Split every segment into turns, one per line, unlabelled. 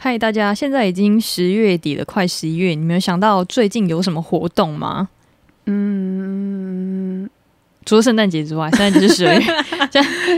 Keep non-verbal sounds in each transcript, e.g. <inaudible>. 嗨，大家！现在已经十月底了，快十一月，你们有想到最近有什么活动吗？
嗯，
除了圣诞节之外，圣诞节是十
<laughs>
月。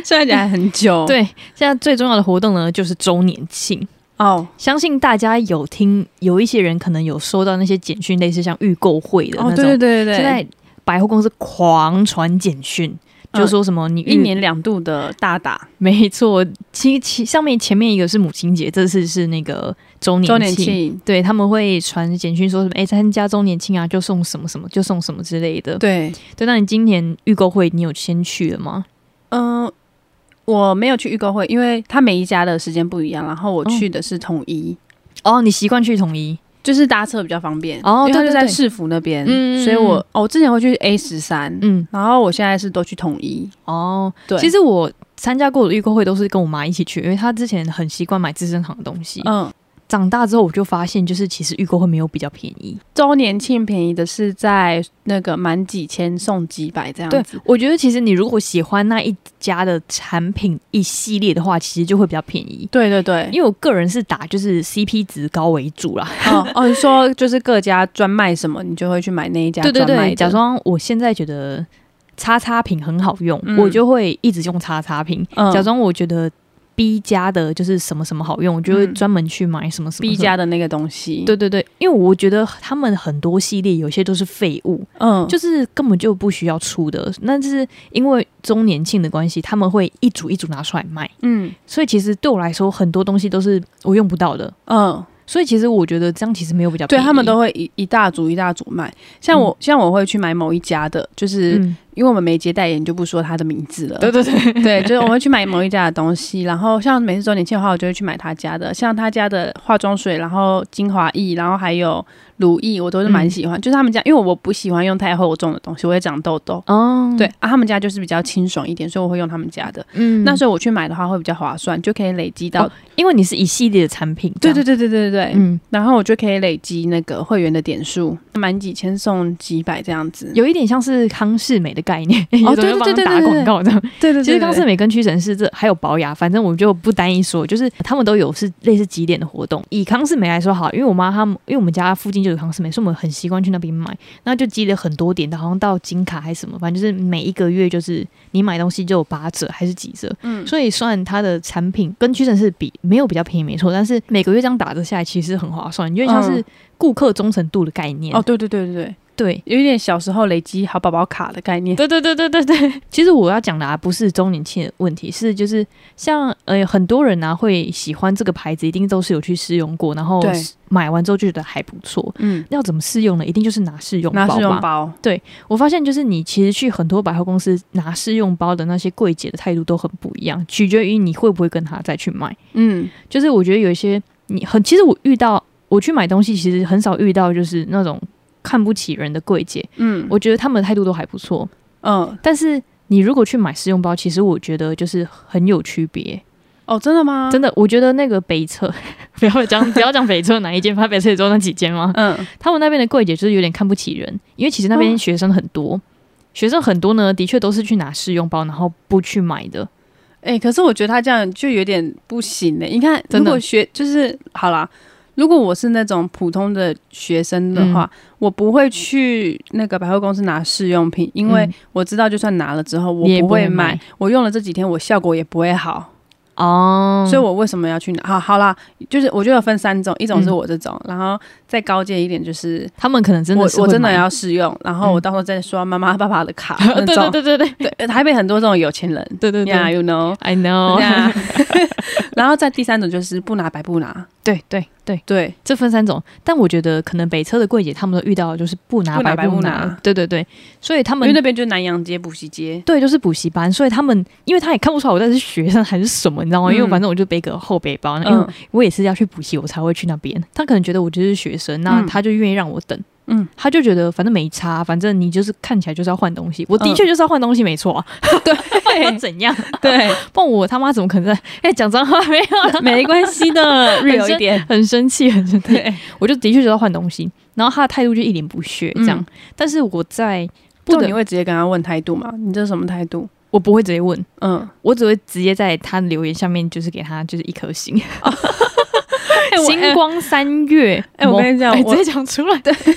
虽然讲很久，
对，现在最重要的活动呢，就是周年庆。
哦，
相信大家有听，有一些人可能有收到那些简讯，类似像预购会的那
哦，
种。
对对对对对，
现在百货公司狂传简讯，就说什么你
嗯一
预
年两度的大打
<laughs> 没错，其其上面前面一个是母亲节，这次是那个周年
嗯周年
庆。
庆，
对他们会传简讯说什么，哎、参加周年庆啊，就送什么什么，就送什么之类的。
对，
对，那你今年预购会你有先去了吗？
嗯、我没有去预购会，因为他每一家的时间不一样，然后我去的是统一，
哦，你习惯去统一
就是搭车比较方便，
哦
因为它
对对
就在
对
市府那边，
嗯
所以我哦，我之前会去 A 十三，
嗯，
然后我现在是都去统一，
哦，
对，
其实我参加过的预购会都是跟我妈一起去，因为她之前很习惯买资生堂的东西。
嗯，
长大之后我就发现，就是其实预购会没有比较便宜。
周年庆便宜的是在那个满几千送几百这样
对
子，，
我觉得其实你如果喜欢那一家的产品一系列的话，其实就会比较便宜。
对对对，
因为我个人是打就是 CP 值高为主啦， <laughs>
哦哦，你说就是各家专卖什么，你就会去买那一家
对对
专卖
对，
的
假装我现在觉得叉叉品很好用，
嗯
我就会一直用叉叉品。
嗯
假装我觉得 B 家的就是什么什么好用，我就会
嗯
专门去买什么什么
B
什么。
家的那个东西，，
嗯对对对，因为我觉得他们很多系列有些都是废物，
嗯，
就
就
是根本就不需要出的。那是因为周年庆的关系，他们会一组一组拿出来卖，
嗯
所以其实对我来说，很多东西都是我用不到的。
嗯，
所以其实我觉得这样其实没有比较
对
便宜
他们都会一一大组一大组卖，像我像我会去买某一家的，就是
嗯，
因为我们没接代言就不说他的名字了，
对对对， <laughs>
对，就是我会去买某一家的东西，然后像每次周年庆的话，我就会去买他家的，像他家的化妆水，然后精华液，然后还有乳液，我都是
嗯
蛮喜欢。就是他们家，因为我不喜欢用太厚重的东西，我会长痘痘。
哦，
对，啊，他们家就是比较清爽一点，所以我会用他们家的。
嗯
那时候我去买的话会比较划算，就可以累积到。
哦因为你是一系列的产品，
对对
对，
对对对对，
嗯，
然后我就可以累积那个会员的点数，满几千送几百这样子。
有一点像是康士美的概念，<laughs>
哦
有种
对对
要帮
对对
他打
对对
广告这样。
对对
其实
对
康士美跟屈臣氏这还有保养，反正我就不单一说，就是他们都有是类似几点的活动。以康士美来说好，因为我妈他们，因为我们家附近就有康士美，所以我们很习惯去那边买，那就积了很多点，好像到金卡还是什么，反正就是每一个月就是你买东西就有八折还是几折，
嗯，
所以算它的产品跟屈臣氏比没有比较便宜没错，但是每个月这样打折下来其实很划算，因为像是
嗯
顾客忠诚度的概念。
哦，，对对对对对，
对，
有一点小时候累积好宝宝卡的概念。
对对对对对对， <laughs> 其实我要讲的啊，不是周年庆的问题，是就是像呃很多人呢、啊、会喜欢这个牌子，一定都是有去试用过，然后
对
买完之后就觉得还不错。
嗯，
要怎么试用呢？一定就是拿试用包
拿
吧。
试用包，
我发现就是你其实去很多百货公司拿试用包的那些柜姐的态度都很不一样，取决于你会不会跟她再去买。
嗯，
就是我觉得有一些你很，其实我遇到我去买东西，其实很少遇到就是那种看不起人的柜姐，
嗯，
我觉得他们的态度都还不错。
嗯，
但是你如果去买试用包，其实我觉得就是很有区别，
哦，真的吗？
真的。我觉得那个北侧， <laughs> 不要讲不要讲北侧哪一间，反正北侧也就那几间嘛。
嗯，
他们那边的柜姐就是有点看不起人，因为其实那边
哦
学生很多，学生很多呢，的确都是去拿试用包，然后不去买的。
哎、可是我觉得他这样就有点不行了。你看，
真
如
的
果学就是好啦，如果我是那种普通的学生的话，
嗯
我不会去那个百货公司拿试用品，因为
嗯
我知道就算拿了之后，我
你也不
会
会买
我用了这几天，我效果也不会好。
哦
所以我为什么要去拿？好，好啦，就是我觉得分三种，一种是我这种，然后再高阶一点就是
他们可能嗯真的
我
是
我
会
真的
买。嗯
要试用，然后我到时候再刷妈妈爸爸的卡那
<laughs>
种。
对对对对对
对呃台北很多这种有钱人，
对对
呀
对
，you know，
，I
<laughs>
know，
呀，哦然后再第三种就是不拿白不拿，
对对对，
对，
这分三种。但我觉得可能北车的柜姐他们都遇到的就是不拿
不拿
白
白不
拿
拿，
对对对，所以他
因
们
为那边就是南洋街、补习街，
对，就是补习班，所以他们因为他也看不出来我到底是学生还是什么，你知道吗？
嗯
因为反正我就背个后背包，因为
嗯
我也是要去补习，我才会去那边。他可能觉得我就是学生，那
嗯
他就愿意让我等。
嗯，
他就觉得反正没差，反正你就是看起来就是要换东西，我
嗯
的确就是要换东西，没错啊，要 <laughs>
对
怎样？
<laughs> 对，
不然我他妈怎么可能在 <laughs> 哎讲脏话没有啦？
没关系
<laughs>
的
本
，real
身 <laughs>
一点，
很生气，很生气。
对，
我就的确就要换东西，然后他的态度就一脸不屑这样。
嗯
但是我在不
不，你
得，
会直接跟他问态度吗？你这是什么态度？
我不会直接问，
嗯， <laughs>
我只会直接在他的留言下面，就是给他就是一颗星，
哎我
星光三月，
哎我跟你讲
哎
我
直接讲出来，对，
题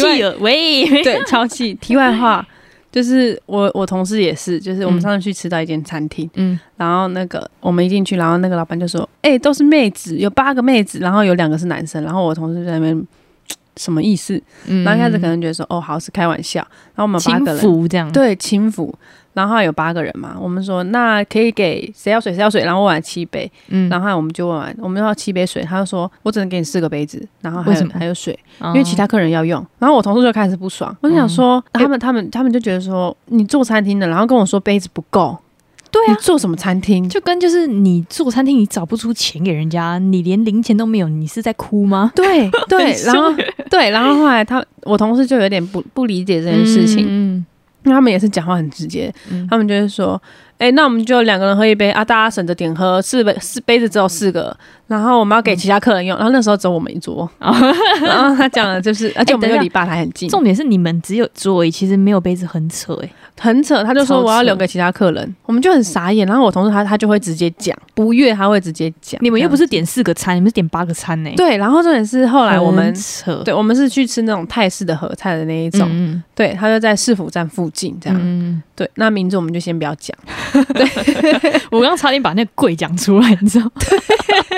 <laughs> 气
外
了，喂，
对，超气。 <laughs> 题
<laughs>
外话，就是我我同事也是，就是我们
嗯
上次去吃到一间餐厅，
嗯，
然后那个我们一进去，然后那个老板就说：“哎、都是妹子，有八个妹子，然后有两个是男生。”然后我同事就在那边嘖什么意思？
嗯
然后一开始可能觉得说：“哦，好是开玩笑。”然后我们八
轻
个人
浮这样，，
对轻浮，然后还有八个人嘛，我们说那可以给谁要水谁要水，然后我碗七杯，
嗯
然后我们就问完我们要七杯水，他就说我只能给你四个杯子，然后还
为什
有
么哦
还有水。
后
因为其他客人要用。然后我同事就开始不爽，我就
嗯
想说，
哎
他们他们他们就觉得说，你做餐厅的，然后跟我说杯子不够，
对
你
啊。
做什么餐厅？ <laughs>
就跟就是你做餐厅，你找不出钱给人家，你连零钱都没有，你是在哭吗？
对对，
很
然后
凶欸
对，然后后来他我同事就有点不不理解这件事情，
嗯
因为他们也是讲话很直接，
嗯
他们就会说，哎、那我们就两个人喝一杯啊，大家省着点喝，四杯四杯子只有四个，然后我们要给其他客人用，然后那时候只有我们一
<laughs>
桌， <laughs> 然后他讲的就是，而且我
哎
们
等一
又
下
离吧台很
嗯
近，
哦重点是你们只有座位，其实没有杯子，很扯
啊
哎、
很扯，他就说
超扯
我要留给其他客人，我们就很傻眼。然后我同事他他就会直接讲，不悦他会直接讲。
你们又不
这
是点四个餐，你们是点八个餐呢、欸
样子对，然后重点是后来我们
很扯
对我们是去吃那种泰式的合菜的那一种，
嗯
对，他就在市府站附近这样。
嗯，
对，那名字我们就先不要讲，
我刚差点把那个贵讲出来，你知道吗？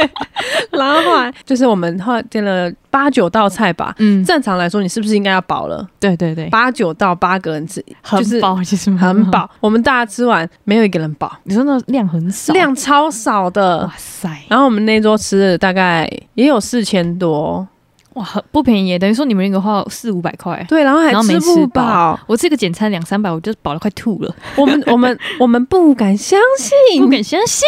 <laughs> 然后后来就是我们后来点了八九道菜吧。
<laughs> 嗯，
正常来说，你是不是应该要饱了？
<laughs> 对对对，
八九道八个人吃，就是
很饱，其实
很。饱。我们大家吃完，没有一个人饱，
<laughs> 你说那量很少，
量超少的
哇。塞，
然后我们那桌吃了大概也有四千多，
哇，很不便宜耶，等于说你们一个花四五百块。
对，然后还
然后没
吃不
吃
饱。
我这个简餐两三百，我就饱得快吐了，
我们我
<laughs>
们我们不敢相信
不敢相信。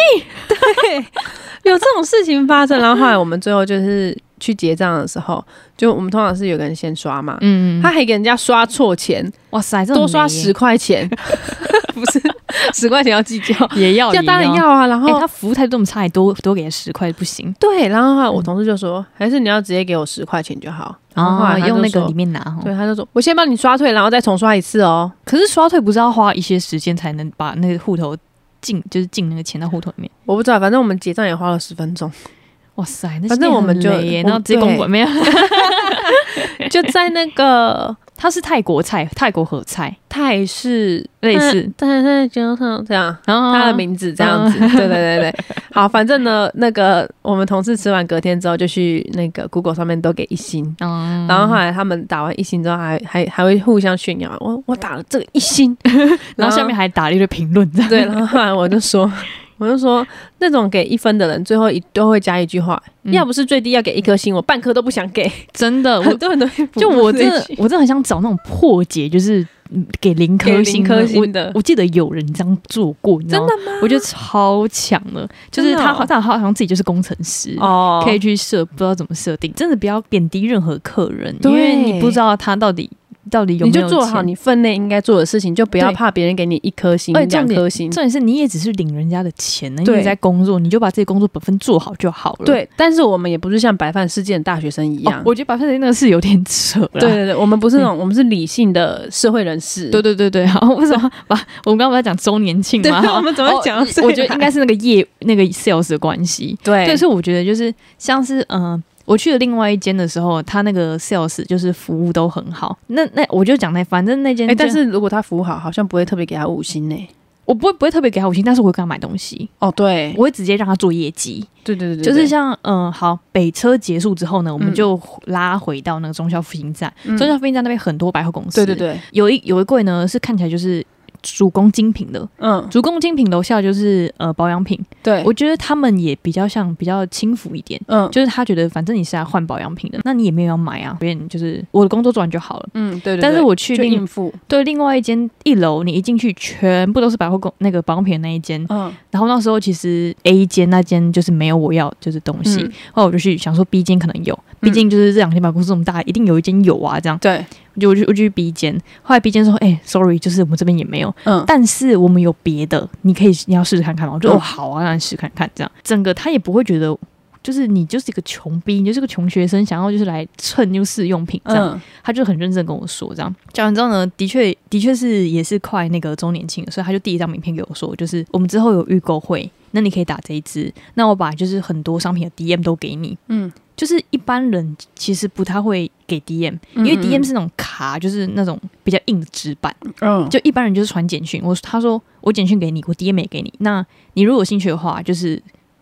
有这种事情发生。然后后来我们最后就是去结账的时候，就我们通常是有个人先刷嘛。
嗯
他还给人家刷错钱，
哇塞，这
多刷
很美耶
十块钱，嗯 <laughs> 不是 <laughs> 十块钱要计较，
也要
<laughs> 要当然。
也
要啊。然
哎、
后
他服务态度这么差，也多多给他十块不行
对，然后后来我同事就说，还是你要直接给我十块钱就好。然后后来他就
用那个
说
里面拿哦。
对，他就说我先帮你刷退，然后再重刷一次哦。
可是刷退不是要花一些时间才能把那个户头进，就是进那个钱到户头里面？
我不知道，反正我们结账也花了十分 <laughs> 钟。
哇塞，那
反
真
正
的
我们就
很累耶
我
然后直接公馆 <laughs> 没有，
就在那个
它是泰国菜，泰国合菜
泰式
类似，哦
泰泰交上这样。啊
然后
他的名字这样子，对对对 <laughs> 对，好，反正呢，那个我们同事吃完隔天之后就去那个 Google 上面都给一星，
嗯，
然后后来他们打完一星之后还还还会互相炫耀，我我打了这个一星，
<laughs> 然后下面还打了一堆评论，这样
<laughs> 对，然后后来我就说我就说那种给一分的人最后一都会加一句话，
嗯
要不是最低要给一颗星，我半颗都不想给，
<laughs> 真的，
很
我
多人都会
<laughs>
补
就我
这一
真的
句
我真的很想找那种破解，就是嗯给零
给
<laughs> 颗
零
星的，
颗星的
我我记得有人这样做过，你知道吗？
吗
我觉得超强的，就是
真的
他
哦
好，他好像自己就是工程师。
哦
可以去设，不知道怎么设定，真的不要贬低任何客人，
对
因为你不知道他到底到底有
你
没有
就做好
钱
你分内应该做的事情，就不要
对
怕别人给你一颗星
而、且重
两
点
颗星。
重点是你也只是领人家的钱呢，因
对
为你在工作，你就把自己工作本分做好就好了。
对，但是我们也不是像白饭事件的大学生一
哦
样。
我觉得百分之那个是有点扯啦。
对对对，我们不是那种，我们是理性的社会人士。
对对对对，好，为什么把我们刚刚不是在讲周年庆
对
吗？
我们怎么会讲到
哦
这哎
我觉得
来
应该是那个业那个 sales 的关系。
对
对，所以我觉得就是像是嗯、呃我去了另外一间的时候，他那个 sales 就是服务都很好。那那我就讲那，反正那间
哎、
就、
但是如果他服务好，好像不会特别给他五星呢、
我不会不会特别给他五星，但是我会跟他买东西，
哦，对，
我会直接让他做业绩。
对对对对，
就是
对
像嗯、呃好，北车结束之后呢，我们
嗯
就拉回到那个中校复兴站。
嗯
中校复兴站那边很多百货公司，
对对，对，
有一有一柜呢是看起来就是主攻精品的，
嗯，
主攻精品楼下就是呃保养品，
对，
我觉得他们也比较像比较轻浮一点。
嗯
就是他觉得反正你是来换保养品的，那你也没有要买啊，别人就是我的工作做完就好了。
嗯对对对，
但是我去
就应
另
付，
对另外一间一楼，你一进去全部都是百货公那个保养品的那一间，
嗯，
然后那时候其实 A 间那间就是没有我要就是东西，
嗯
后来我就去想说 B 间可能有，毕竟就是这两间百货公司这么大，一定有一间有啊这样，
对，
我就我就我就去 B 间，后来 B 间说哎、s o r r y 就是我们这边也没有，
嗯，
但是我们有别的，你可以你要试试看看嘛。我就、
嗯
哦好啊，让你试看看这样。整个他也不会觉得就是你就是一个穷逼，你就是个穷学生，想要就是来蹭就试用品这样。
嗯，
他就很认真跟我说这样。讲完之后呢，的确的确是也是快那个周年庆了，所以他就递一张名片给我说，就是我们之后有预购会，那你可以打这一支，那我把就是很多商品的 DM 都给你。
嗯，
就是一般人其实不太会给 DM，因为
嗯
DM 是那种卡，就是那种比较硬的纸板，
嗯，
就一般人就是传简讯。我他说我简讯给你，我 DM 也给你，那你如果有兴趣的话，就是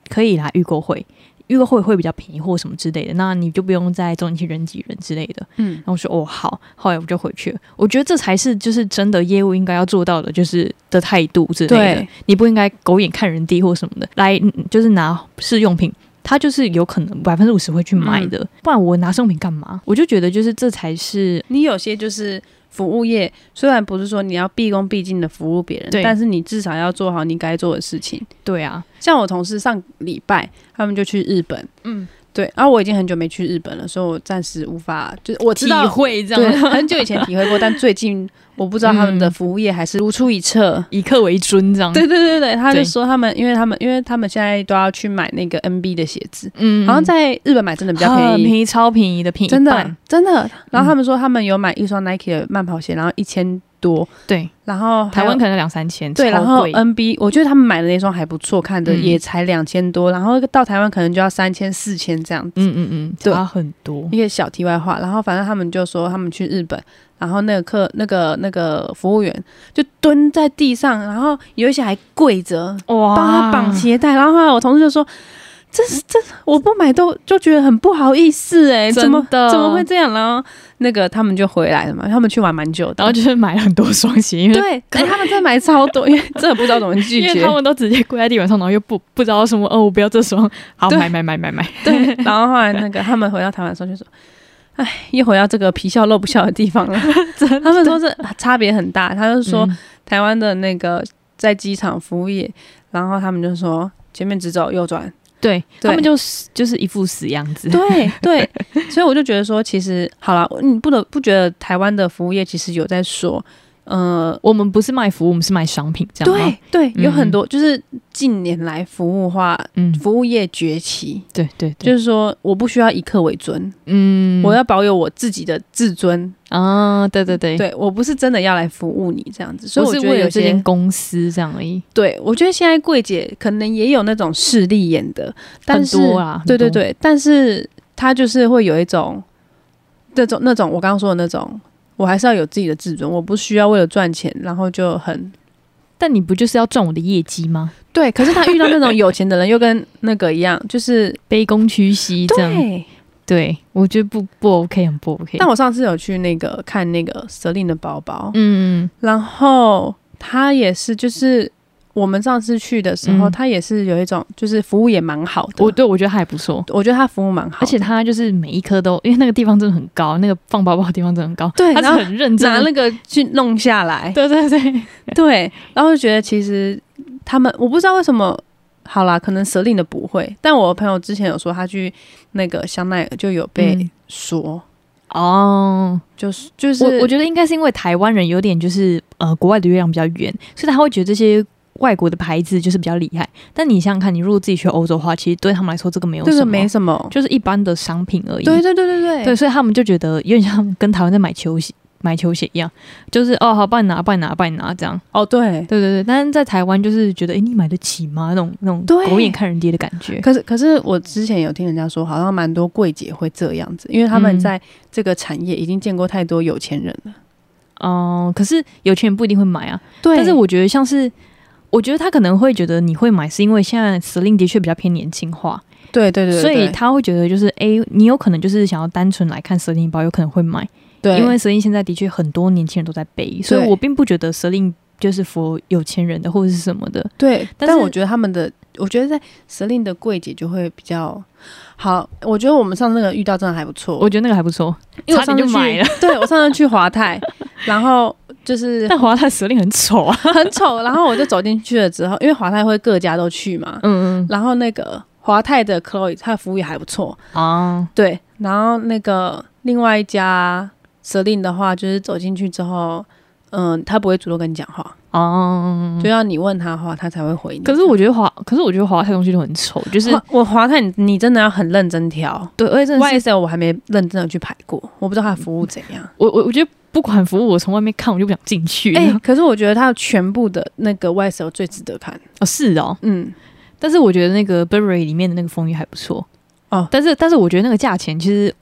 可以来预购会。预购会会比较便宜或什么之类的，那你就不用在周年庆人挤人之类的。
嗯
然后我说哦好，后来我就回去了。我觉得这才是就是真的业务应该要做到的，就是的态度之类的
对。
你不应该狗眼看人低或什么的，来嗯就是拿试用品。他就是有可能百分之五十会去买
嗯
的，不然我拿试用品干嘛？我就觉得就是这才是
你有些就是服务业，虽然不是说你要毕恭毕敬的服务别人，
对
但是你至少要做好你该做的事情。
对啊，
像我同事上礼拜他们就去日本，
嗯，
对，然后我已经很久没去日本了，所以我暂时无法，就是我知道
会这
对， <laughs> 很久以前体会过，但最近我不知道他们的
嗯
服务业还是如出一辙。
以客为尊这样。
对对对对，他就
对
说他们，因为他们因为他们现在都要去买那个 NB 的鞋子，
嗯，嗯，
好像在日本买真的比较
很
便宜，
便宜，超便宜的便宜一
真的
半
真的。然后他们说他们有买一双 Nike 的慢跑鞋，然后一千多，
对，
然后还
台
有
湾可能两三千，
对，
超
然后呃
贵
NB 我觉得他们买的那双还不错，看的
嗯
也才两千多，然后到台湾可能就要三千四千这样子。
嗯嗯嗯，
对
差很多，
一个小题外话，然后反正他们就说他们去日本，然后那个客那个那个服务员就蹲在地上，然后有一些还跪着，
哇
帮他绑鞋带。然后后来我同事就说：“这是这我不买都就觉得很不好意思哎、
真
怎么
的
怎么会这样？”然后那个他们就回来了嘛，他们去玩蛮久的，
然后就是买了很多双鞋，因为
对，哎、他们在买超
<laughs>
多，因为真的不知道怎么拒
因为
绝
他。们都直接跪在地板上，然后又不不知道什么哦，我不要这双，好
对
买买买买 <laughs> 买，
对，然后后来那个他们回到台湾的时候就说。哎，又回到这个皮笑肉不笑的地
<laughs>
方了。 <laughs> 他们说是差别很大，他就说、
嗯
台湾的那个在机场服务业，然后他们就说前面直走右转，
对
对
他们就是就是一副死样
<laughs>
子，
对对，所以我就觉得说，其实好了，你不得不觉得台湾的服务业其实有在说，呃，
我们不是卖服务，我们是卖商品，这样吗
对对，有很
嗯
多、就是近年来服务化，
嗯，
服务业崛起，
对对对，
就是说我不需要以客为尊，
嗯，
我要保有我自己的自尊，
啊，对对对，
对我不是真的要来服务你这样子，所以
我
我
是
觉得
为
有
了这
些
间公司这样而已，
对，我觉得现在柜姐可能也有那种势利眼的，但是
很多啦
对对
很多
对，但是她就是会有一种那种那种我刚刚说的那种，我还是要有自己的自尊，我不需要为了赚钱，然后就
<laughs>
很
但你不就是要赚我的业绩吗？
对。可是她遇到那种有钱的人，又跟那个一样，就是
卑躬屈膝这样，
对。
对我觉得不不 OK，很不 OK。
但我上次有去那个看那个 Celine 的包包，
嗯，嗯
然后她也是就是。我们上次去的时候，
嗯
她也是有一种，就是服务也蛮好的。
我对我觉得还不错，
我觉得她服务蛮好的，
而且他就是每一颗都，因为那个地方真的很高，那个放包包的地方真的很高，
对
他是
然后
很认真
拿
的，
那个去弄下来。
对对
<laughs>
对，
对，然后就觉得其实他们，我不知道为什么。好啦，可能蛇令的不会，但我朋友之前有说他去那个香奈儿就有被
嗯
说，
哦，
就是就是
我我
得
觉得应该是因为台湾人有点就是呃，国外的月亮比较圆，所以他会觉得这些外国的牌子就是比较厉害。但你想想看，你如果自己去欧洲的话，其实对他们来说这个没有
这
什
个
么，
没什么，
就是一般的商品而已。
对对对对对
对所以他们就觉得有点像跟台湾在买球鞋。买球鞋一样，就是哦，好，帮你拿，帮你拿，帮你拿，这样，
哦对。
对对对。但是在台湾，就是觉得，哎、你买得起吗？那种那种
对
狗眼看人低的感觉。
可是可是我之前有听人家说，好像蛮多柜姐会这样子，因为他们
嗯
在这个产业已经见过太多有钱人了。
哦、可是有钱人不一定会买啊。
对
但是我觉得像是，我觉得他可能会觉得你会买，是因为现在 Celine 的确比较偏年轻化，
对对对，对
所以他会觉得就是，诶，你有可能就是想要单纯来看 Celine 包，有可能会买，
对，
因为 Celine 现在的确很多年轻人都在背，所以我并不觉得 Celine 就是佛有钱人的或者是什么的，
对，但
但是
我觉得他们的，我觉得在 Celine 的柜姐就会比较好。我觉得我们上次那个遇到真的还不错，
我觉得那个还不错，
因为我
差
上
点
次
就
去
买了。，
对我上次去华泰，然后就是
<laughs> 但华泰 Celine 很丑啊，
很丑，然后我就走进去了之后，因为华泰会各家都去嘛，
嗯
然后那个华泰的 Chloe 她的服务也还不错，
嗯啊，
对，然后那个另外一家 Celine 的话，就是走进去之后。嗯、他不会主动跟你讲话，
哦、
就要你问他话，他才会回你。
可是我觉得华，可是我觉得华泰东西都很丑，就是
滑我滑看你，你真的要很认真挑。
对，而且真的是
YSL 我还没认真的去排过，我不知道他的服务怎样。
我我我觉得不管服务，我从外面看我就不想进去了。
哎、可是我觉得他全部的那个 YSL 最值得看。
哦，是哦，
嗯，
但是我觉得那个 Burberry 里面的那个风衣还不错
哦
但是但是我觉得那个价钱其实。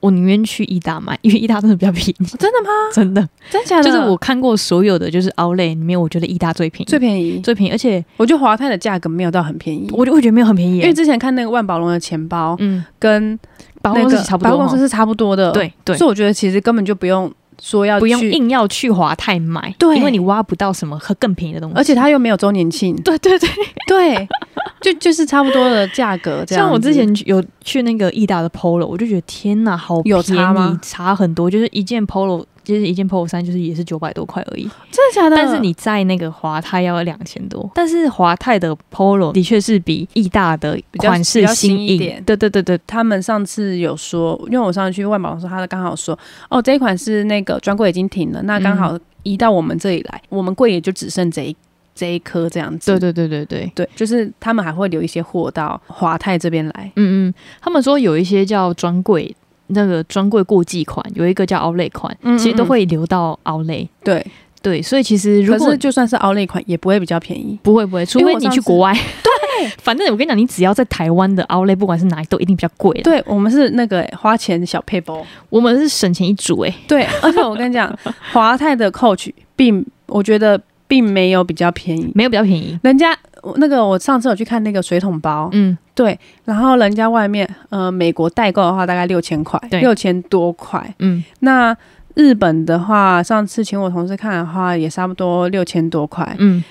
我宁愿去意大买，因为意大真的比较便宜，
真的吗？
真的。
真假的？
就是我看过所有的，就是 Outlet 里面，我觉得意大最便宜，
最便宜，
最便宜，而且
我觉得华泰的价格没有到很便宜。
我就会觉得没有很便宜
因
耶，
为之前看那个万宝龙的钱包
嗯，
跟
百货
那
公
个
司差不
百货
多
公
哈
司，是差不多的，，
对对
所，以我觉得其实根本就不用说要
不用
去，
硬要去华泰买，
对
因为你挖不到什么更便宜的东西，
而且它又没有周年庆，
对对对，
对， <laughs> 就就是差不多的价格这样子。
像我之前有去那个意大的 Polo，我就觉得天哪，好
有
便
差
宜
吗，
差很多，就是一件 Polo。就是一件 Polo 衫，就是也是九百多块而已，
真的假的？
但是你在那个华泰要两千多，但是华泰的 Polo 的确是比意大的
比较
款式
比较新一
颖
点，
对对对对，
他们上次有说，因为我上次去万宝的时候，他刚好说，哦，这一款是那个专柜已经停了，那刚好
嗯
移到我们这里来，我们柜也就只剩这一这一颗这样子。
对对对对对，
对，就是他们还会留一些货到华泰这边来。
嗯嗯，他们说有一些叫专柜，那个专柜过季款，有一个叫 Outlet 款，
嗯嗯
其实都会留到 Outlet。
对，
对，所以其实如
可
果
是就算是奥利款，也不会比较便宜。
不会不会，除非
我
你
上
去
次
国外，对， <laughs> 反正我跟你讲，你只要在台湾的 Outlet，不管是哪里，都一定比较贵。，
对我们是那个、欸花钱小配
<laughs>
包。
我们是省钱一族哎、
对，而且我跟你讲，华泰的 Coach 并我觉得并没有比较便宜，
没有比较便宜。
人家我那个我上次有去看那个水桶包，
嗯，
对，然后人家外面呃美国代购的话大概六千块，
对
六千多块。
嗯，
那日本的话，上次请我同事看的话也差不多六千多块，
嗯，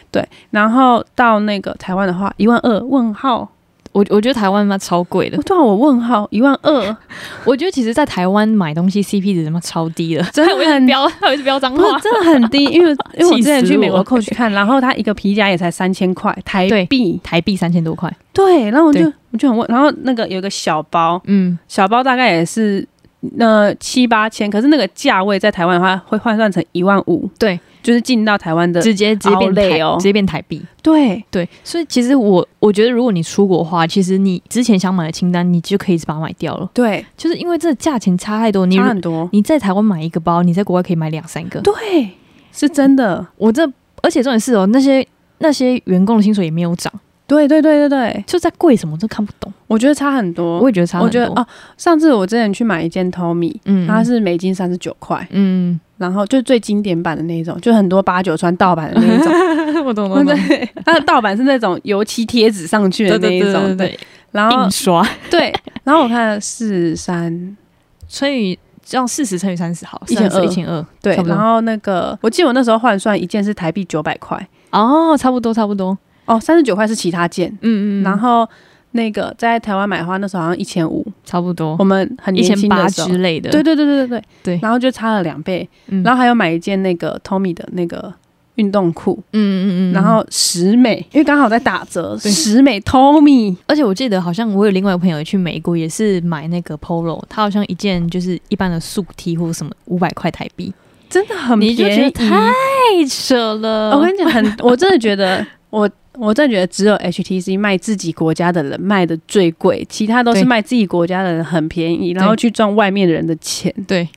然后到那个台湾的话一万二，问号，
我我觉得台湾嘛超贵的
我，对啊，我问号一万二，
<laughs> 我觉得其实，在台湾买东西 CP 值他妈超低的，
真的
我一直 <laughs>
很
标，他有一直标脏
不是
话，
真的很低，
<laughs>
因为因为我之前
气死
去
我
美国扣去看，然后他一个皮夹也才三千块台
对
币，
台币三千多块。
对，然后我就
对
我就很问，然后那个有一个小包，
嗯，
小包大概也是呃七八千，可是那个价位在台湾的话会换算成一万五，
对，
就是进到台湾的
直接直接变
，Outlet
台、
哦
直接变台币。
对
对，所以其实我我觉得，如果你出国的话，其实你之前想买的清单，你就可以把它买掉了，
对，
就是因为这价钱差太多。你
差很多，
你在台湾买一个包，你在国外可以买两三个。
对，是真的，
我这而且重点是哦，那些那些员工的薪水也没有涨，
对对对对对，
就在贵什么我真看不懂。
我觉得差很多，
我也觉得差
我
很
觉
多。
得哦，上次我之前去买一件 Tommy，
嗯，
它是美金三十九块， <laughs>
嗯，
然后就最经典版的那一种，就很多八九穿盗版的
<laughs>
那一种。
我懂
对，它的盗版是那种油漆贴纸上去
对
的那
对
一
对
种，
对对，
然后
印刷。
对，然后我看四三
乘以这样四十乘以三十好，
1200
一千二，
对
差，不多
然后那个我记得我那时候换算一件是台币九百块，
哦，差不多差不多。
哦，三十九块是其他件，
嗯嗯，
然后那个在台湾买的话，那时候好像一千五，
差不多
我们很
一
年
千
轻
八
的时候
之。类的。
对对对对对
对
然后就差了两倍，
嗯，
然
后
后还有买一件那个 Tommy 的那个运动裤，
嗯嗯嗯，
然后十美，因为刚好在打折，
对
十美 Tommy，
而且我记得好像我有另外一个朋友去美国，也是买那个 Polo，他好像一件就是一般的素 T 或者什么五百块台币，
真的很
你就觉
便
得
宜，
太扯了。
我跟你讲，很， <laughs> 我真的觉得，我我真的觉得只有 HTC 卖自己国家的人卖的最贵，其他都是
对
卖自己国家的人很便宜，然后去赚外面的人的钱。
对，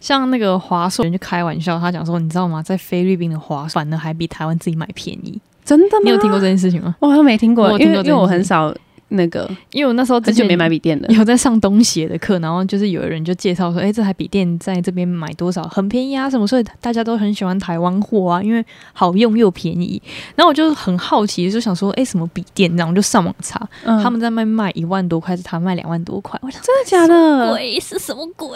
像那个华硕人就开玩笑，他讲说，你知道吗，在菲律宾的华硕反而还比台湾自己买便宜。
真的吗？
你有听过这件事情吗？
我好像没听过，
我有听
因为
过
因
这
为我
件事
很少那个
因为我那时候之
很久
前
没买笔电了。
有在上东协的课，然后就是有人就介绍说，哎、这台笔电在这边买多少很便宜啊，什么，所以大家都很喜欢台湾货啊，因为好用又便宜。然后我就很好奇，就想说，哎、什么笔电？然后我就上网查，
嗯
他们在卖卖一万多块，是他卖两万多块，我想
真的假的？
鬼是什么鬼？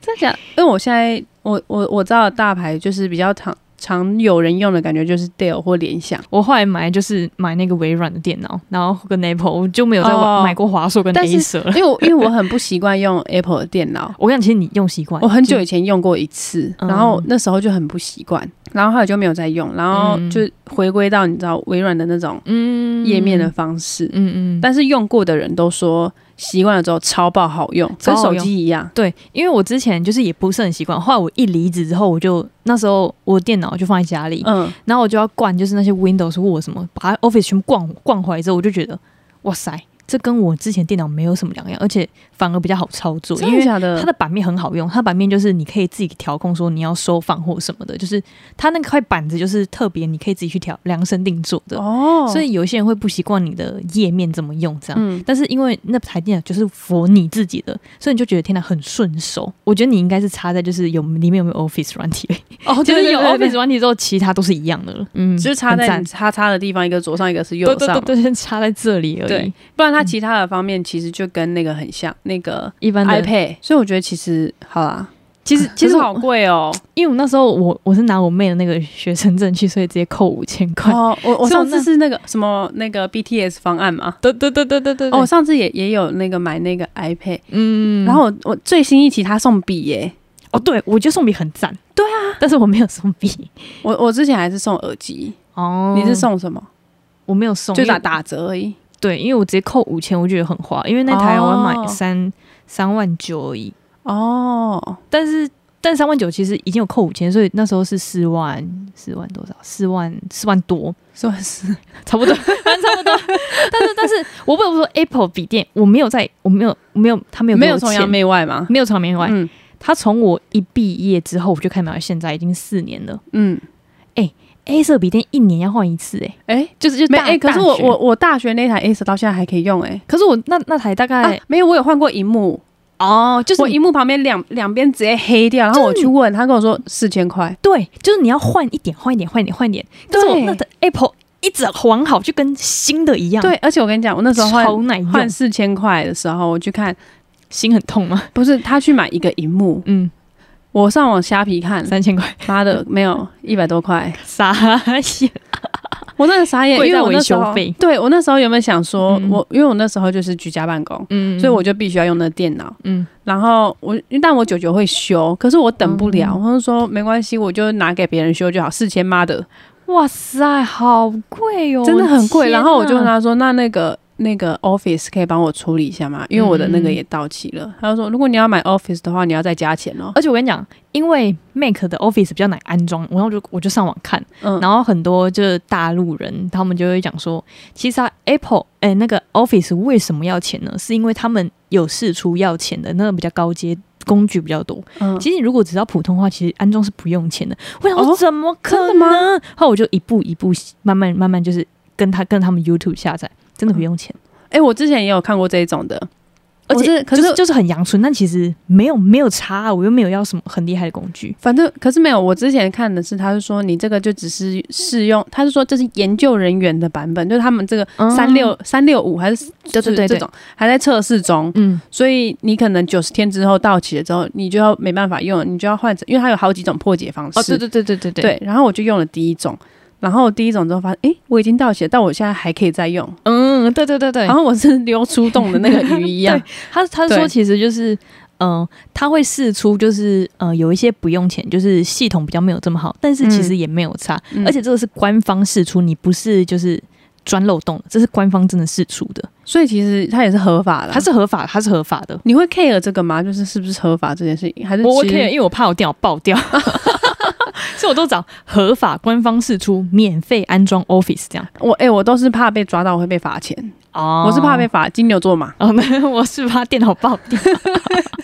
真的假的？因为我现在我我我知道的大牌就是比较常常有人用的感觉就是 Dell 或联想，
我后来买就是买那个微软的电脑，然后跟 Apple，我就没有再
哦
玩买过华硕跟
但是
Acer 了
因。为我因为我很不习惯用 Apple 的电脑。
我跟你讲，其实你用习惯，
我很久
就
以前用过一次，
嗯
然后那时候就很不习惯，然后后来就没有再用，然后
嗯
就回归到你知道微软的那种
嗯
页面的，方式。
嗯嗯，
但是用过的人都说，习惯了之后超爆好用，
超
跟
好
手
用
机一样。
对，因为我之前就是也不是很习惯，后来我一离职之后，我就那时候我电脑就放在家里，
嗯，
然后我就要灌就是那些 Windows 或什么，把它 Office 全部灌灌回来之后，我就觉得哇塞，这跟我之前电脑没有什么两样，而且反而比较好操作，因
真的
为
假的？
它的版面很好用，它版面就是你可以自己调控，说你要收放或什么的，就是它那块板子就是特别，你可以自己去调量身定做的。
哦，
所以有一些人会不习惯你的页面怎么用，这样。
嗯，
但是因为那台电脑就是佛你自己的，所以你就觉得天哪很顺手。我觉得你应该是差在就是有里面有没有 Office 软体，
哦，
就
<laughs> 对
是
对
有
对对
Office 软体之后，其他都是一样的了。嗯，
只是插
很
在
赞
你叉叉的地方，一个左上一个是右
对对
上
对
嘛，
对，嗯就是插在这里而已。
对不然它其他的方面其实就跟那个很像，那个
一般的
iPad，所以我觉得其实好啦，
其
<laughs>
实
其
其
实
实
好
我
贵哦。
因为我那时候我我是拿我妹的那个学生证去，所以直接扣五千块。
哦，我我
所以我
上次
那
是那个什么那个 BTS 方案嘛，
对对对对对对
哦，我
哦，
上次也也有那个买那个 iPad，
嗯
然后我我最新一期他送笔耶、
哦，对我觉得送笔很赞。
对
啊，但是我没有送笔。
我我之前还是送耳机，
哦
你是送什么？
我没有送，
就
因为
打打折而已。
对，因为我直接扣五千，我觉得很划，因为那台我买
哦
三三万九而已，
哦，
但是但三万九其实已经有扣五千，所以那时候是四万四万多少，四万四万多，
算是
差 <laughs> 不多，反正差不多。但是但是我不得不说，Apple 笔电我没有在，我没有没有他没有给
<laughs> 没有
我
崇
钱
洋媚外吗？
没有崇洋媚外，
嗯
他从我一毕业之后我就开始买，到现在已经四年了。
嗯，
A 色笔电一年要换一次、欸，哎，
哎、
就是就
没
大
哎、可是
大
我
学
我我大学那台 A 十到现在还可以用哎、
可是我那那台大概、
啊，没有，我有换过荧幕，
哦，就是
我荧幕旁边两两边直接黑掉，然后我
就是
去问，他跟我说四千块，
对，就是你要换一点，换一点，换一点，换一点。但是我
对
那的 Apple 一直完好，就跟新的一样，
对，，而且我跟你讲，我那时候换
超耐用
换，四千块的时候，我去看，
心很痛啊吗？
不是他去买一个荧幕，
嗯，
我上网虾
<laughs>
皮看，
三千块，
妈的没有一百多块，
傻眼。
我真的傻眼，
贵
因为
在
我那时
维
候
修费
对我那时候原本想说，
嗯
我因为我那时候就是居家办公，
嗯
所以我就必须要用那电脑，
嗯，
然后我但我舅舅会修，可是我等不
嗯
了，我就说没关系，我就拿给别人修就好，四千妈的
哇塞，好贵哦，
真的很贵，
天哪啊
然后我就跟他说，那那个。那个 Office 可以帮我处理一下吗？因为我的那个
嗯
也到期了。他就说，如果你要买 Office 的话，你要再加钱哦。
而且我跟你讲，因为 Mac 的 Office 比较难安装，然后我就我就上网看，
嗯，
呃然后很多就是大陆人，他们就会讲说，其实、啊、Apple 哎、那个 Office 为什么要钱呢？是因为他们有试出要钱的那个比较高阶工具比较多，
嗯
其实你如果只要普通话，其实安装是不用钱的。我想
哦
说，怎么可
真的
能？
吗
后来我就一步一步慢慢慢慢，就是跟他跟他们 YouTube 下载，真的不用钱，
哎、我之前也有看过这一种的，
而且
嗯我是可、
就是是就是很阳春，但其实没有没有差啊，我又没有要什么很厉害的工具。
反正可是没有，我之前看的是，他是说你这个就只是试用，他是说这是研究人员的版本，就是他们这个
嗯
三六三六五还是就
对
是
对
这
对
种还在测试中，
嗯，
所以你可能九十天之后到期了之后，你就要没办法用了，你就要换成，因为它有好几种破解方式，
哦，对对对对对对，
对然后我就用了第一种，然后第一种之后发现，诶，我已经到期了，但我现在还可以再用，
嗯，对对对对
然。后我是溜出洞的那个鱼一
<laughs>
样
对，他他
对
说其实就是。嗯，他会试出就是呃有一些不用钱，就是系统比较没有这么好，但是其实也没有差，
嗯
而且这个是官方试出，你不是就是钻漏洞，这是官方真的试出的。
所以其实它也是合法的，
它是合法，它是合法的。
你会 care 这个吗？就是是不是合法这件事情，还是
我我
其
c
实
a 因为我怕我电脑爆 <laughs> 掉，所以我都找合法官方试出免费安装 Office 这样。
我哎、我都是怕被抓到会被罚钱，
哦，
我是怕被罚。金牛座嘛
哦， <laughs> 那我是怕电脑爆 <laughs> 掉，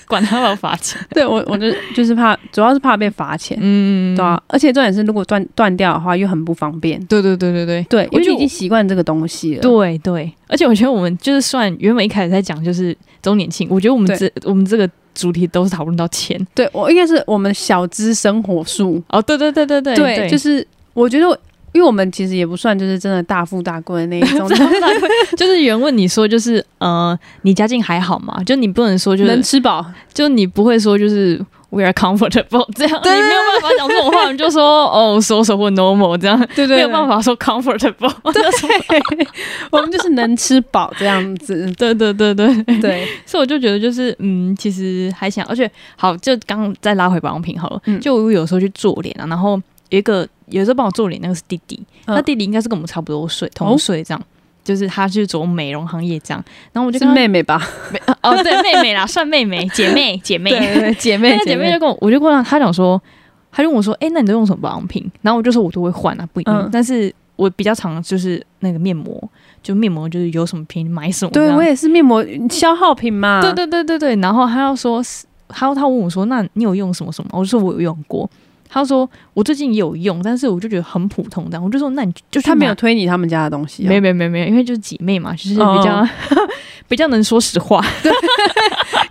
管他要罚钱。
对我我就就是怕，主要是怕被罚钱，
嗯
对啊。而且重点是，如果断断掉的话，又很不方便。
对对对对对。
对，因
我
为
觉得
你已经习惯这个东西了。
对对，而且我觉得我们就是算原本一开始在讲就是周年庆，我觉得我们这我们这个主题都是讨论到钱。
对我应该是我们小资生活术，
哦，对对对对对
对，就是是我觉得我。因为我们其实也不算就是真的大富大贵的那一
<laughs>
种，
就是原问你说就是呃，你家境还好吗？就你不能说就是
能吃饱。
就你不会说就是 we are comfortable <laughs> 这样，
对
你没有办法讲这种话，你就说哦 so so 或 normal 这样，
对对
没有办，法说 comfortable。 <laughs>
对， <laughs> 我们就是能吃饱这样子。
对对对对，
对，
所以我就觉得就是嗯，其实还想，而且好，就刚刚再拉回保养品好了，
嗯
就我有时候去做脸啊，然后有一个有时候帮我做脸那个是弟弟，
嗯
他弟弟应该是跟我们差不多岁，同
哦
岁这样。就是她是走美容行业这样，然后我就是跟她
妹妹吧？
哦对妹妹啦，算妹妹姐妹姐妹，
对对姐妹
那个姐妹就 <laughs> 跟我，我就跟她讲说，她就问我说，哎、那你都用什么保养品？然后我就说我都会换啊，不一定，
嗯
但是我比较常就是那个面膜，就面膜就是有什么便宜买什么这
对
样，
我也是面膜消耗品嘛。
对对对对对，然后他要说是，他他问我说，那你有用什么什么？我就说我有用过。他说我最近也有用，但是我就觉得很普通这样。我就说那你就去
<laughs> 他
买
没有推你他们家的东西、啊
没有，没有没有没有，因为就是姐妹嘛，就是比
哦
较、比较能说实话。
<laughs>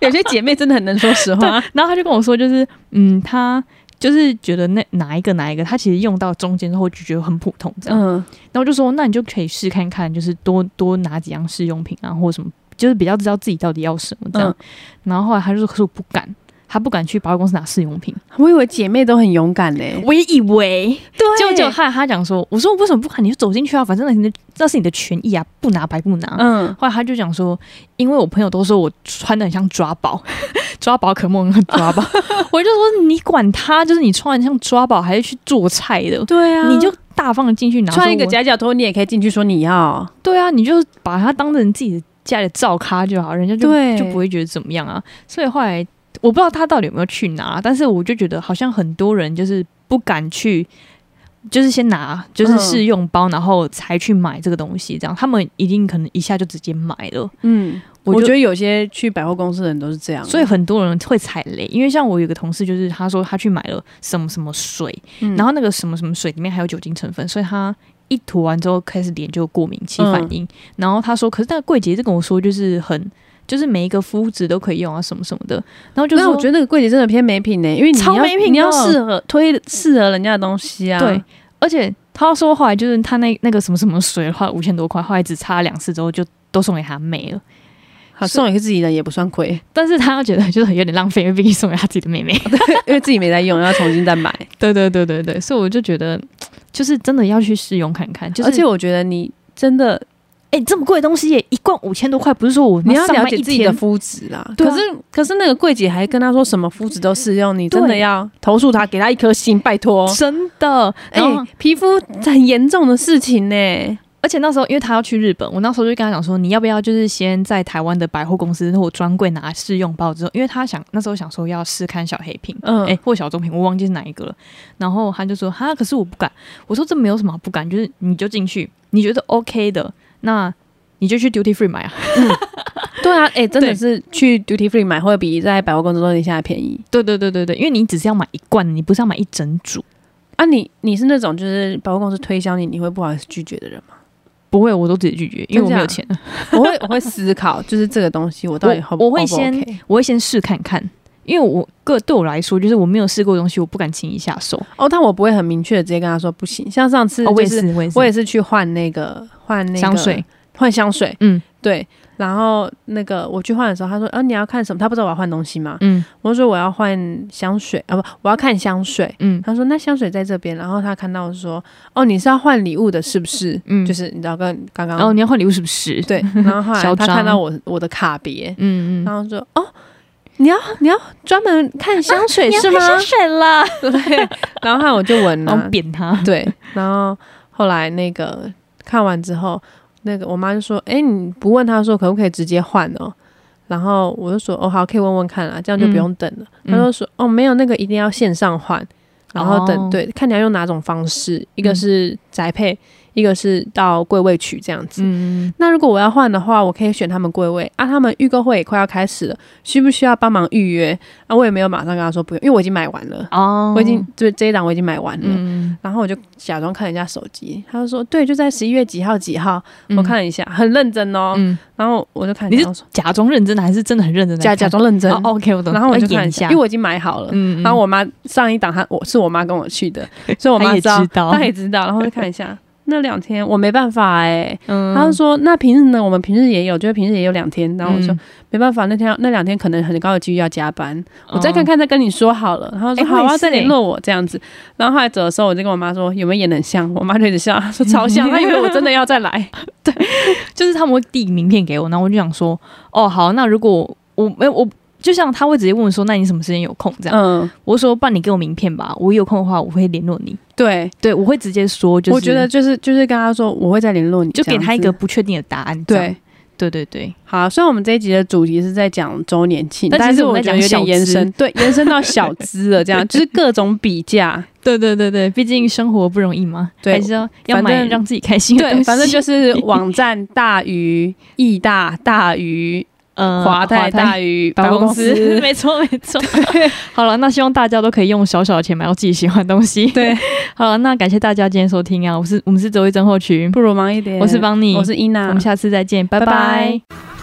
有些姐妹真的很能说实话。
然后他就跟我说，就是嗯，他就是觉得那哪一个哪一个，他其实用到中间之后就觉得很普通这样。
<laughs> 嗯，
然后我就说那你就可以试看看，就是多多拿几样试用品啊，或者什么，就是比较知道自己到底要什么这样。
嗯
然后后来他就说，可是我不敢，他不敢去百货公司拿试用品。
我以为姐妹都很勇敢呢、
我也以为，
对
结果
就
结
就
果他他讲说，我说为什么不喊你就走进去啊？反正那是你的那是你的权益啊，不拿白不拿。
嗯，
后来他就讲说，因为我朋友都说我穿的很像抓宝， <laughs> 抓宝可梦那个抓宝， <laughs> 我就说你管他，就是你穿的像抓宝还是去做菜的，
对啊，
你就大方的进去拿。
穿一个
说我
夹脚拖，你也可以进去说你要。
对啊，你就把它当成自己的家里的灶咖就好，人家就
对
就不会觉得怎么样啊。所以后来我不知道他到底有没有去拿，但是我就觉得好像很多人就是不敢去，就是先拿就是
嗯
试用包，然后才去买这个东西，这样他们一定可能一下就直接买了。
嗯，
我
我
就
觉得有些去百货公司的人都是这样，
所以很多人会踩雷，因为像我有个同事，就是他说他去买了什么什么水，
嗯
然后那个什么什么水里面还有酒精成分，所以他一涂完之后开始脸就有过敏期反应。然后他说，可是那个柜姐一直跟我说，就是很就是每一个肤质都可以用啊，什么什么的。然后就
那
说，
我觉得那个柜姐真的偏没品哦呢、因为你
超
要
没品的
你要适合推适合人家的东西啊。
对，而且他说后来就是他那那个什么什么水花五千多块，后来只擦两次之后就都送给他妹了。
好送给自己的也不算亏，
但是他觉得就是有点浪费，因为毕竟送给他自己的妹妹。
<laughs> 因为自己没在用，要重新再买。
<laughs> 对对对对对，所以我就觉得，就是真的要去试用看看。就是、
而且我觉得你真的
哎、这么贵的东西耶，一罐五千多块，不是说我
你要
上班
了解
一
自己
天
的肤质啦。
对啊
可是可是那个柜姐还跟他说什么肤质都适用，你真的
对
要投诉他，给他一颗星，拜托。
真的，
哎、
哦然后、
皮肤很严重的事情呢、
而且那时候因为他要去日本，我那时候就跟他讲说，你要不要就是先在台湾的百货公司或专柜拿试用包之后，因为他想那时候想说要试看小黑瓶，
嗯，
哎、或小棕瓶，我忘记是哪一个了。然后他就说哈，可是我不敢。我说这没有什么好不敢，就是你就进去，你觉得 OK 的，那你就去 duty free 买啊。
对啊，哎、真
对
的是去 duty free 买会比在百货公司都店现在便宜
<laughs> 对对对对对，因为你只是要买一罐，你不是要买一整组。
啊你！你是那种就是百货公司推销你，你会不好意思拒绝的人 <laughs> 吗？
不会，我都直接拒绝，因为我没有钱。
我会我会思考，就是这个东西我到底
我
好
我会
OK
先我会先试看看，因为我个对我来说，就是我没有试过的东西，我不敢轻易下手。
哦，但我不会很明确的直接跟他说不行。像上次、
哦，我
就
也
是
是，我也是，
我也是去换那个换那个
香水，
换香水，
嗯
对。然后那个我去换的时候，他说：“啊，你要看什么？”他不知道我要换东西嘛，
嗯
我就说我要换香水啊，不，我要看香水。
嗯
他说：“那香水在这边。”然后他看到说：“哦，你是要换礼物的，是不是？”
嗯，就
就
是，
是你知道跟刚刚
然后你要换礼物是不是？，
对，然后后
嚣
来他
张
看到我我的卡别，
嗯
然后说哦。你要你要专门看香
啊
水是吗？
水啦，
<laughs> 对，然后后来我就闻
然后
了，
扁 <laughs> 他，
对，然后后来那个看完之后，那个我妈就说：“哎，你不问她说可不可以直接换哦？”然后我就说：“哦，好，可以问问看啦，这样就不用等了。
嗯
她就说：“哦，没有，那个一定要线上换，然后等、
哦
对，看你要用哪种方式，一个
嗯
是宅配，一个是到柜位取这样子。
嗯，
那如果我要换的话，我可以选他们柜位啊。他们预购会也快要开始了，需不需要帮忙预约？啊，我也没有马上跟他说不用，因为我已经买完了，
哦，
我已经这这一档我已经买完了。
嗯，
然后我就假装看了一下手机，他就说对，就在十一月几号几号。
嗯
我看，了一下，很认真哦。
嗯，
然后我就看，
你是
然后说
假装认真的还是真的很认真的
假假装认真。
哦，OK，我懂。
然后我
要
就看
演
了
一
一
下，
下，因为我已经买好了。
嗯，嗯
然后我妈上一档她我是我妈跟我去的，所以我
她
妈
也
知道
知，道
她也知道。然后我就看一下，那两天我没办法哎、
嗯
他就说：“那平日呢？我们平日也有，就是平日也有两天。”然后我说：“
嗯
没办法，那天要那两天可能很高的几率要加班，我再看
看，
看再跟你说好了。”然后说：“
哦哎
好
我也
啊，
是
再联络我这样子。”然后后来走的时候，我就跟我妈说：“有没有演的很像？”我妈就一直笑，她说：“超像。”她以
<laughs>
为我真的要再来。
就是他们会递名片给我，然后我就想说，哦，好，那如果我没有我。就像他会直接问我说：“那你什么时间有空？”这样，
嗯，
我就说：“不然你给我名片吧，我有空的话我会联络你。
对，”
对，我会直接说，就是
我觉得就是就是跟他说我会再联络你，
就给他一
这
个
样子
不确定的答案。这样
对。
对对对，
好，虽然我们这一集的主题是在讲周年庆，
但
但
其实
是
我
我
们
觉
在
得有
讲
点延伸，对，延伸到小资了，这样就是各种比价，
对对对对，毕竟生活不容易嘛，
对
还是要要
反
买
正
让自己开心的东
对，
西。
反正就是网站大于易大大于
呃，
华泰大于
百
百
货
货
公
公
司，， <laughs>
司
没错没错。好了，那希望大家都可以用小小的钱买到自己喜欢的东西。
对，
<laughs> 好了，那感谢大家今天收听啊，我是我们是周一真后群，
<laughs> 不如忙一点。
我是邦尼，
我是伊娜，
我们下次再见，拜
拜
拜
拜